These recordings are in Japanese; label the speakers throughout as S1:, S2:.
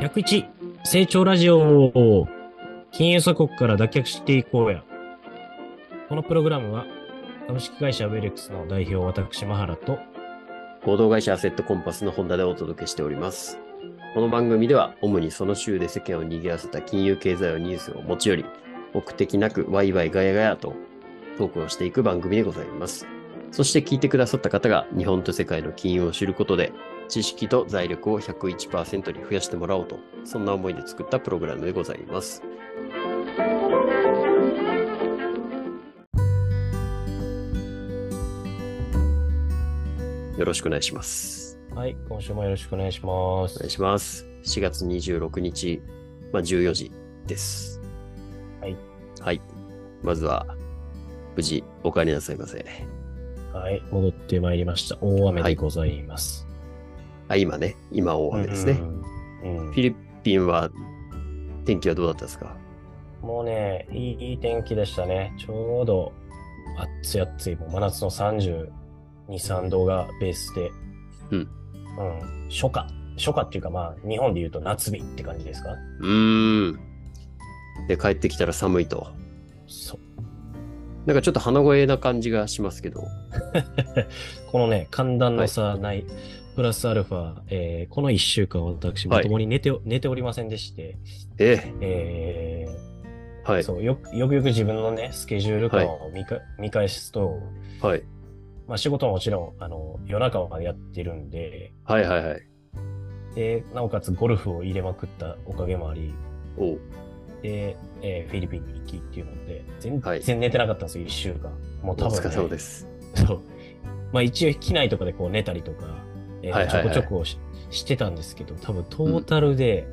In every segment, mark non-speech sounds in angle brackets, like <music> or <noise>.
S1: 1 0成長ラジオ金融鎖国から脱却していこうや。このプログラムは、株式会社ウェレックスの代表、私、マハラと、
S2: 合同会社アセットコンパスの本田でお届けしております。この番組では、主にその週で世間を賑わせた金融経済のニュースを持ち寄り、目的なくワイワイガヤガヤとトークをしていく番組でございます。そして聞いてくださった方が日本と世界の金融を知ることで、知識と財力を101%に増やしてもらおうと、そんな思いで作ったプログラムでございます。よろしくお願いします。
S1: はい、今週もよろしくお願いします。
S2: お願いします。4月26日、まあ、14時です。
S1: はい。
S2: はい。まずは、無事、お帰りなさいませ。
S1: はい、戻ってまいりました。大雨でございます。
S2: あ、今ね、今大雨ですね。
S1: うん。うん
S2: フィリピンは、天気はどうだったですか
S1: もうねいい、いい天気でしたね。ちょうど、暑い暑い、もう真夏の32、3度がベースで、
S2: うん。
S1: うん。初夏。初夏っていうか、まあ、日本で言うと夏日って感じですか
S2: うーん。で、帰ってきたら寒いと。
S1: そう。
S2: なんかちょっと鼻声な感じがしますけど。
S1: このね、寒暖の差ない、プラスアルファ、えーこの1週間私、まともに寝て、寝ておりませんでして、
S2: え
S1: え
S2: え、は
S1: ー
S2: い、
S1: そうよく、よくよく自分のね、スケジュール感を見か、見返すと、
S2: はい、
S1: まあ仕事ももちろん、あの、夜中までやってるんで、
S2: はい、はい、はい。
S1: で、なおかつゴルフを入れまくったおかげもあり、
S2: おう
S1: で、えーフィリピンに行きっていうので、全
S2: はい
S1: 然寝てなかったんですよ、1週間。もう
S2: お
S1: 多
S2: 疲
S1: 分、
S2: れ
S1: ね、
S2: 様です。
S1: そう。まあ一応、機内とかでこう寝たりとか、えー
S2: はいはいはい
S1: ちょこちょこししてたんですけど、多分トータルで、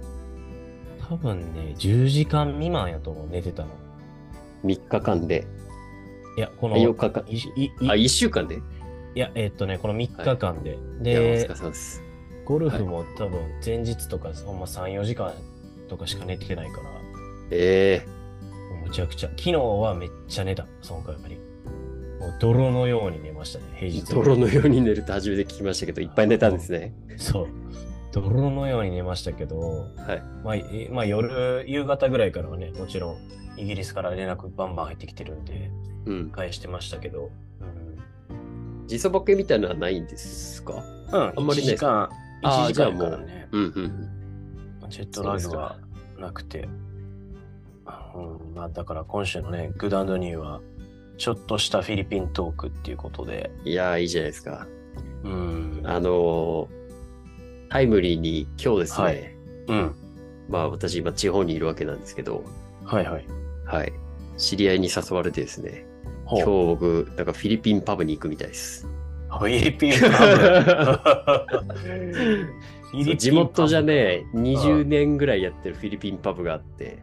S1: 多分ね、10時間未満やと思う、寝てたの。
S2: 3日間で、
S1: いや、この、
S2: 4日間。
S1: いいい
S2: あ、1週間で、
S1: いや、えーっとね、この3日間で。
S2: いや、お
S1: で
S2: 疲れ、様です。
S1: ゴルフも多分前日とか、ほんま3、4時間とかしか寝てないから、
S2: ええ
S1: もうむちゃくちゃ。昨日はめっちゃ寝た、その代わり。もう泥のように寝ましたね、平日。
S2: 泥のように寝るって初めて聞きましたけど、いっぱい寝たんですね。
S1: そう。泥のように寝ましたけど、
S2: はい。
S1: まあ、えまあ、夜、夕方ぐらいからはね、もちろん、イギリスから連絡バンバン入ってきてるんで、
S2: うん。
S1: 返してましたけど、うん。
S2: 時差ボケみたいなのはないんですか
S1: うん、
S2: あんまりね
S1: 1時間、
S2: あー
S1: 1時間やからね、
S2: うんうん
S1: ジェットラグはなくて、あうん、まあ、だから今週のね、グッドアンドニューは、ちょっとしたフィリピントークっていうことで、
S2: うん。いやー、いいじゃないですか。
S1: うん、
S2: あのータイムリーに今日ですね、
S1: はいうん、
S2: まあ私今地方にいるわけなんですけど、
S1: はいはい。
S2: はい。知り合いに誘われてですね、
S1: ほ
S2: 今
S1: う
S2: 日僕、なんかフィリピンパブに行くみたいです。
S1: フィリピン
S2: <laughs>
S1: パブフィリピンパブ
S2: 地元じゃね、20年ぐらいやってるフィリピンパブがあって、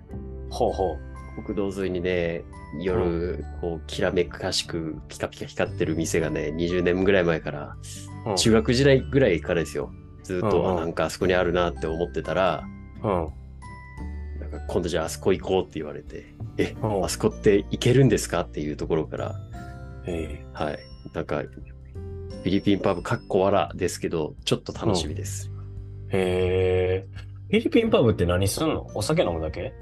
S1: ほうほ
S2: 国道沿いにね、夜、こう、きらめかしく、ピカピカ光ってる店がね、20年ぐらい前から、
S1: う。うん
S2: 中学時代ぐらいからですよ。ずっ
S1: うんう
S2: と、
S1: ん
S2: あなんかあそこにあるなって思ってたら、
S1: うん。
S2: なんか今度じゃああそこ行こうって言われて、え、
S1: うん
S2: あそこって行けるんですかっていうところから、
S1: え
S2: はい。なんか、フィリピンパブかっこわらですけど、ちょっと楽しみです。
S1: ーえー。フィリピンパブって何すんのお酒飲むだけ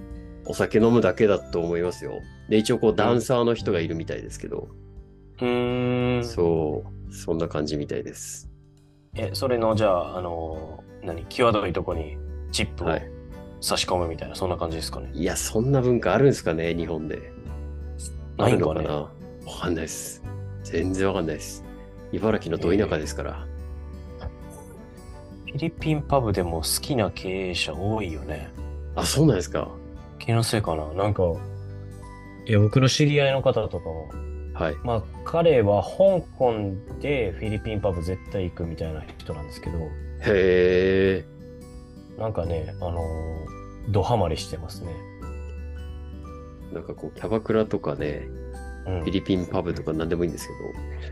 S2: お酒飲むだけだと思いますよ。で、一応こう、ダンサーの人がいるみたいですけど、
S1: うーん。
S2: そう、そんな感じみたいです。
S1: え、それの、じゃあ、あのー、何、際どいとこにチップを
S2: はい
S1: 差し込むみたいな、そんな感じですかね。
S2: いや、そんな文化あるんですかね、日本で。あ
S1: ない
S2: る
S1: ん
S2: の
S1: か
S2: か
S1: ね
S2: な。。わかんないです。全然わかんないです。茨城のど田舎ですから。
S1: フィリピンパブでも好きな経営者多いよね。
S2: あ、そうなんですか。
S1: 気のせいかな。なんか、いや、僕の知り合いの方とかも、
S2: はい。
S1: まあ、彼は香港でフィリピンパブ絶対行くみたいな人なんですけど、
S2: へえ。
S1: なんかね、あのードハマりしてますね。
S2: なんかこう、キャバクラとかね、
S1: うん
S2: フィリピンパブとか何でもいいんです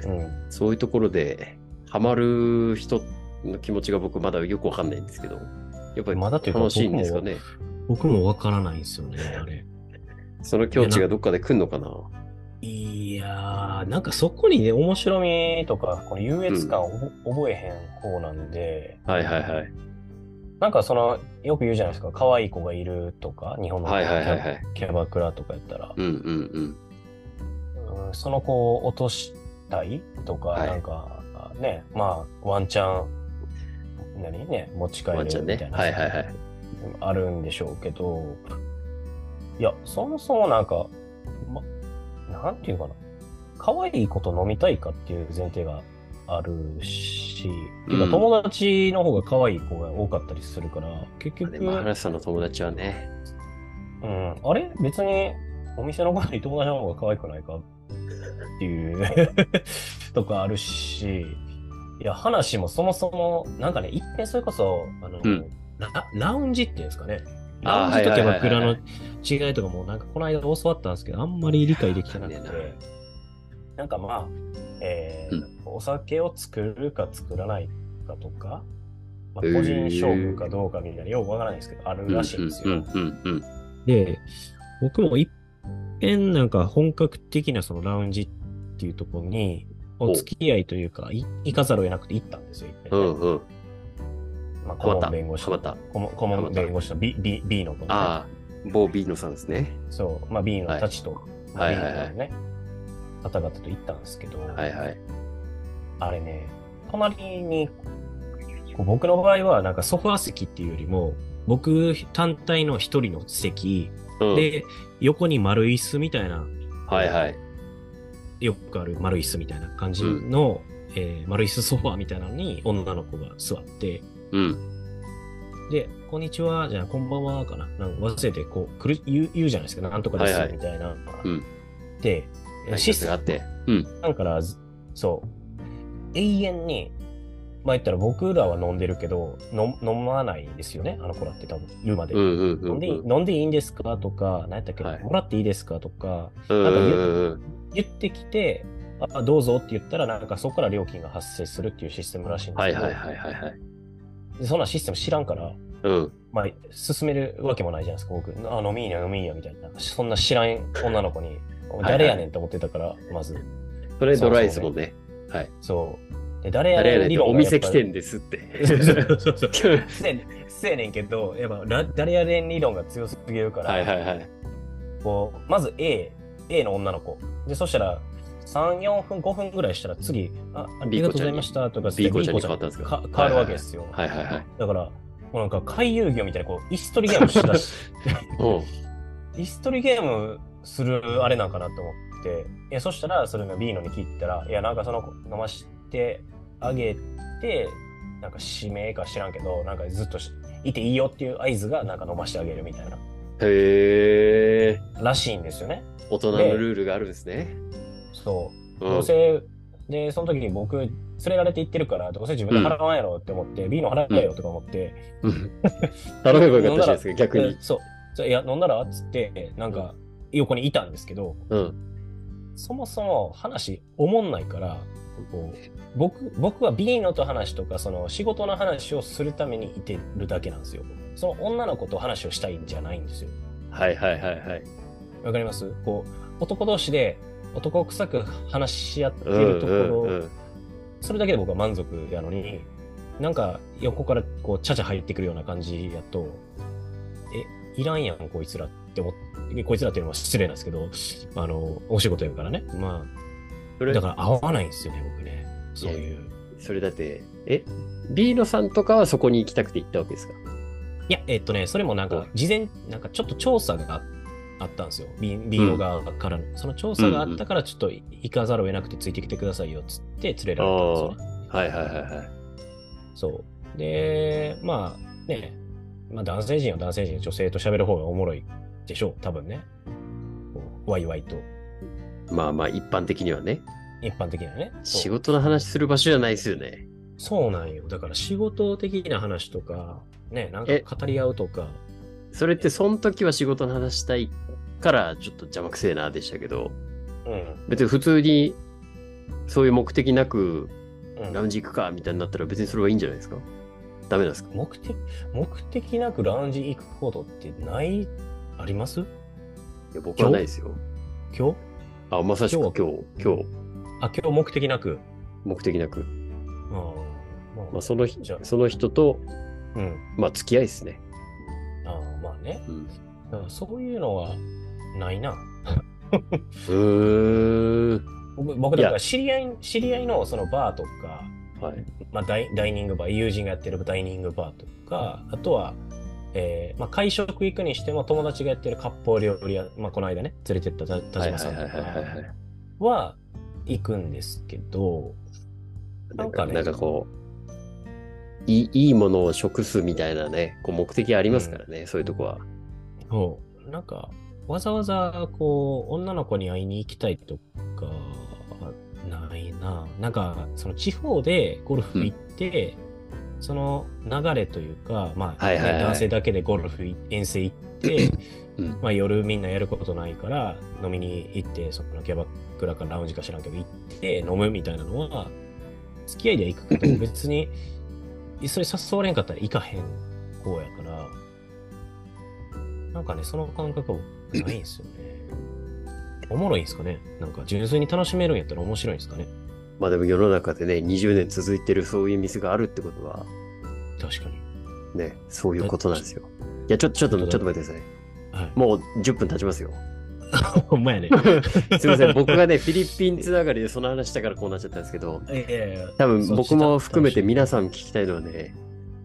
S2: けど、
S1: うん、
S2: そういうところで、ハマる人の気持ちが僕まだよくわかんないんですけど、やっぱり
S1: まだというか
S2: 楽しいんですかね。
S1: 僕もわからないんですよね、あれ。
S2: その境地がどっかで来んのかな。
S1: いやー、なんかそこにね、面白みとか、この優越感を覚覚えへん方なんで、
S2: はいはいはい。
S1: なんかその、よく言うじゃないですか、可愛い子がいるとか、日本のキャ,、
S2: はいはいはいはい。
S1: キャバクラとかやったら、
S2: うんうん
S1: うんその子を落としたいとか、
S2: はい
S1: なんか、ね、まあ、ワンチャン、何ね、持ち帰
S2: ワンチャ
S1: る
S2: ンね
S1: みたいな、
S2: はいはいはい
S1: あるんでしょうけど、いや、そもそもなんか、ま、なんていうかな、可愛い子と飲みたいかっていう前提があるし、
S2: うん
S1: 今友達の方が可愛い子が多かったりするから、結
S2: うん。
S1: 局、
S2: でも、原さんの友達はね、
S1: うん、あれ別にお店の子より友達の方が可愛くないかっていう <laughs> とかあるし、いや、話もそもそも、なんかね、一遍それこそ、あの、
S2: うん
S1: ララウンジっていうんですかね。ラウ
S2: あ
S1: ン
S2: ー
S1: ジとキャバ
S2: はいはいは
S1: ク
S2: いは
S1: ラ
S2: い
S1: の違いとかも、なんかこの間教わったんですけど、あんまり理解できてなくて
S2: いやなんね、
S1: なんかまあ、えー
S2: う
S1: お酒を作るか作らないかとか、まあ、個
S2: へー
S1: 人勝負かどうかみたいな、よくわからないですけど、あ
S2: う
S1: る
S2: ん
S1: らしいんですよ。
S2: うんうんうんうん。
S1: で、僕も一遍なんか本格的なそのラウンジっていうところに、
S2: お
S1: お付き合いというか、い行かざるを得なくて行ったんですよ、一
S2: う
S1: 遍ね
S2: んうん。
S1: まあ、
S2: 困
S1: 顧
S2: った。
S1: 問弁護士
S2: 困
S1: の、
S2: った。
S1: 顧問顧問弁護士の B, B, B の子、ね、
S2: ああ、某ビーノさんですね。
S1: そう、まあ B のたちと、まあ
S2: はい
S1: B
S2: はいはい
S1: のね、方々と行ったんですけど、
S2: はいはい。
S1: あれね、隣に、こう僕の場合はなんかソファー席っていうよりも、僕単体の一人の席
S2: うん、
S1: で、横に丸椅子みたいな
S2: はいはい。
S1: よくある丸椅子みたいな感じの、えー丸椅子ソファーみたいなのに女の子が座って、
S2: うん。
S1: で、こんにちは、じゃあこんばんはかな。なんか忘れてこう来る言う、言うじゃないですか、なんとかで
S2: はい
S1: す
S2: はい
S1: みたいな。
S2: うん
S1: で、シス
S2: があって。うん。
S1: さんからず、そう、永遠に、まあ言ったら僕らは飲んでるけど、飲飲まないんですよね、あの子らって多分言うまで。
S2: うんうんうんうん。
S1: 飲んでいい飲んでいいんですかとか、何やったっけ、
S2: はい
S1: もらっていいですかとか、
S2: うん
S1: なんか言う
S2: うんうん。
S1: 言ってきて、あどうぞって言ったら、なんかそこから料金が発生するっていうシステムらしいんです
S2: は
S1: け
S2: い
S1: ど、
S2: はいはいはいはい。
S1: でそんなシステム知らんから、
S2: うん。
S1: まあ、進めるわけもないじゃないですか、僕。あ、飲みいいな、飲みいいや、みたいな。そんな知らん女の子に、
S2: い
S1: 誰やねんと思ってたから、まず。
S2: それドライですもんね。はい。
S1: そう。で誰や
S2: 誰や
S1: ねん
S2: ねん
S1: 理
S2: と
S1: 論
S2: お
S1: がやっぱ
S2: 店来てんですっ
S1: <laughs>
S2: て。
S1: そうそうそうそう。せやせやねんけど、やっぱら誰やねん理論が強すぎるから、
S2: <laughs> はいはいはい。
S1: こうまず A、A の女の子。で、そしたら、3、4分、5分ぐらいしたら次、あありがとうございましたとか、
S2: B 子ちゃん
S1: B
S2: に
S1: 子
S2: 変わったんです
S1: か
S2: か
S1: 変わるわけですよ。
S2: はいはいはい。
S1: だから、もうなんか回遊魚みたいな、こう、椅子取りゲームし
S2: <laughs>
S1: だし、
S2: うん。
S1: 椅子取りゲームするあれなんかなと思って、いやそしたら、それが B のに聞いたら、いや、なんかその子飲ましてあげて、なんか指名か知らんけど、なんかずっとしいていいよっていう合図が、なんか飲ましてあげるみたいな、
S2: へえ。
S1: らしいんですよね。
S2: 大人のルールがあるんですね。
S1: そう。
S2: う
S1: ど
S2: ん
S1: う。せ、で、その時に僕、連れられて行ってるから、どうせ自分で払わんやろって思って、B の払えよとか思って、
S2: うん <laughs> 頼めばよかったじ
S1: <laughs>
S2: ゃないですか、逆に
S1: で。そう、そういや、飲んだらっつって、なんか、横にいたんですけど、
S2: うん。
S1: そもそも話、おもんないから、こう僕僕は B のと話とか、その仕事の話をするためにいてるだけなんですよ。その女の子と話をしたいんじゃないんですよ。
S2: はいはいはいはい。
S1: わかりますこう、男同士で男臭く話し合って
S2: うん
S1: るところ
S2: うんうん。
S1: それだけで僕は満足やのに、なんか横からこう、ちゃちゃ入ってくるような感じやと、え、いらんやん、こいつらって思って、こいつらっていうのは失礼なんですけど、あの、お仕事やからね。ま
S2: そ
S1: あ、
S2: れ
S1: だから合わないんですよね、僕ね。そういう。
S2: それだって、え ?B のさんとかはそこに行きたくて行ったわけですか
S1: いや、えっとね、それもなん
S2: は
S1: か
S2: い、
S1: 事前、なんかちょっと調査がああったんですよ。B, B の側からの、その調査があったから、ちょっと行かざるを得なくてついてきてくださいよ、つって連れられたんですよね。
S2: はいはいはいはい。
S1: そう。で、まあね、まあ男性陣は男性陣、女性と喋る方がおもろいでしょう、多分ね。こうワイワイと、
S2: まあまあ一般的にはね、
S1: 一般的なね。そう
S2: 仕事の話する場所じゃないですよね。
S1: そうなんよ。だから仕事的な話とか、ね、なん
S2: え
S1: か語り合うとか、
S2: それってその時は仕事の話したいからちょっと邪魔くせえなでしたけど、
S1: うん。
S2: 別に普通にそういう目的なく
S1: うん
S2: ラウンジ行くかみたいになったら別にそれはいいんじゃないですかダメなんですか
S1: 目的、目的なくラウンジ行くことってない、あります
S2: いや僕はないですよ。
S1: 今日
S2: あ、まさしく今
S1: 今
S2: 日、今日、
S1: あ、今日目的なく。
S2: 目的なく。
S1: あーまあ
S2: まあ、その
S1: じゃ
S2: その人と
S1: うん。
S2: まあ、付き合いですね。
S1: ああ、まあね。
S2: うん。
S1: だからそういうのはないな。
S2: うーん。
S1: 僕、僕だから知り合い、知り合いのそのバーとか、
S2: はい。
S1: まあ、ダイダイニングバー、友人がやってるダイニングバーとか、あとは、えーまあ、会食行くにしても友達がやってる割烹料理屋、まあ、この間ね、連れてった田田
S2: はい
S1: 島
S2: はい
S1: さん
S2: は
S1: と
S2: いはいは
S1: か
S2: い。
S1: は行くんですけど、
S2: な
S1: な
S2: んか、
S1: んかね
S2: なんかこう、いいいいものを食すみたいなね、こう目的ありますからね、そういうとこは。
S1: そうなんかわざわざこう女の子に会いに行きたいとかないななんかその地方でゴルフ行って、その流れというか、まあ
S2: はいはいはい
S1: 男性だけでゴルフい遠征行って、
S2: うん
S1: まあ、夜みんなやることないから飲みに行ってそのキャバクラかラウンジか知らんけど行って飲むみたいなのは付き合いで行くけ
S2: <clears throat>
S1: ど別にそれ誘われんかったら行かへん方やからなんかねその感覚は僕ないんですよねおもろいんですかねなんか純粋に楽しめるんやったら面白いんですかね
S2: まあでも世の中でね、20年続いてるそういう店があるってことは、
S1: 確かに <laughs>
S2: ね、そういうことなんですよ。いや、ちょっと、ちょっと、ちょっと待ってください。
S1: はい
S2: もう10分経ちますよ。
S1: ほんまやね
S2: <laughs> すいません、僕がね、フィリピンつながりでその話したからこうなっちゃったんですけど、
S1: いやいやいや
S2: 多分僕も含めて
S1: み
S2: 皆さん聞きたいのはね、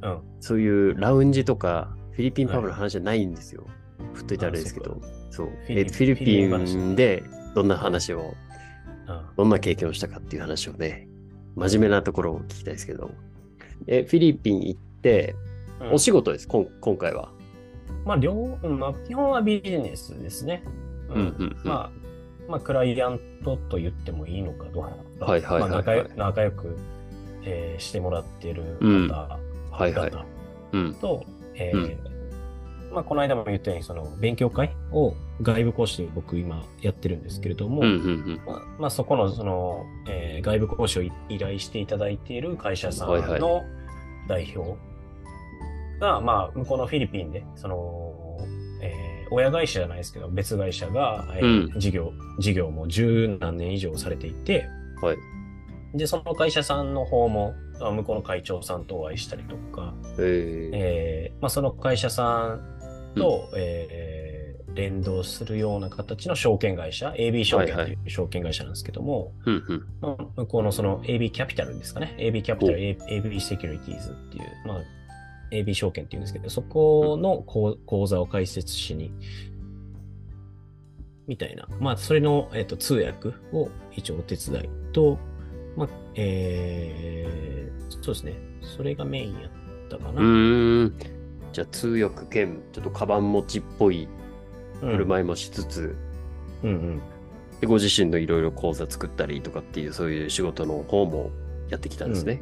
S1: うん
S2: そういうラウンジとかフィリピンパブの話じゃないんですよ。振っといてあれですけど。そう
S1: フィリ
S2: えっとフィリピ
S1: フィリピン
S2: ンでどんな話を、どんな経験をしたかっていう話をね、真面目なところを聞きたいですけど。え、フィリピン行って、お仕事です、こん今回は。
S1: まあ、両、うんまあ、基本はビジネスですね。う
S2: うんうんうん
S1: まあ、まあ、クライアントと言ってもいいのかどうなのか。
S2: はいはいはいはい
S1: まあ、仲よ仲良く、えーしてもらってる方
S2: うん
S1: 々
S2: はいはい。うん。
S1: と、えーまあ、この間も言ったように、その、勉強会を外部講師で僕今やってるんですけれども、
S2: うんうんうん。
S1: まあ、まあそこの、その、えー外部講師をい依頼していただいている会社さん
S2: はいはい
S1: の代表が、まあ、向こうのフィリピンで、その、えー親会社じゃないですけど、別会社が、えー事業、事業も十何年以上されていて、
S2: はい
S1: で、その会社さんの方も、あ向こうの会長さんとお会いしたりとか、
S2: え
S1: えーまあ、その会社さんと、えー連動するような形の証券会社、AB 証券と
S2: はい
S1: いう証券会社なんですけども、
S2: ーうんうん。
S1: まあ、向こうのその AB キャピタルですかね。AB キャピタル、A- AB セキュリティーズっていう、まあ、AB 証券っていうんですけど、そこのこう口座を開設しに、みたいな。まあ、それの、えっと通訳を一応お手伝いと、まあ、えー、そうですね。それがメインやったかな。
S2: うーん。じゃあ通訳兼、ちょっとカバン持ちっぽい
S1: うん
S2: 振る舞いもしつつ、
S1: うんうん。
S2: でご自身のいろいろ講座作ったりとかっていうそういう仕事の方もやってきたんですね。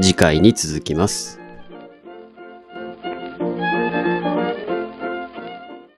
S2: 次回に続きます。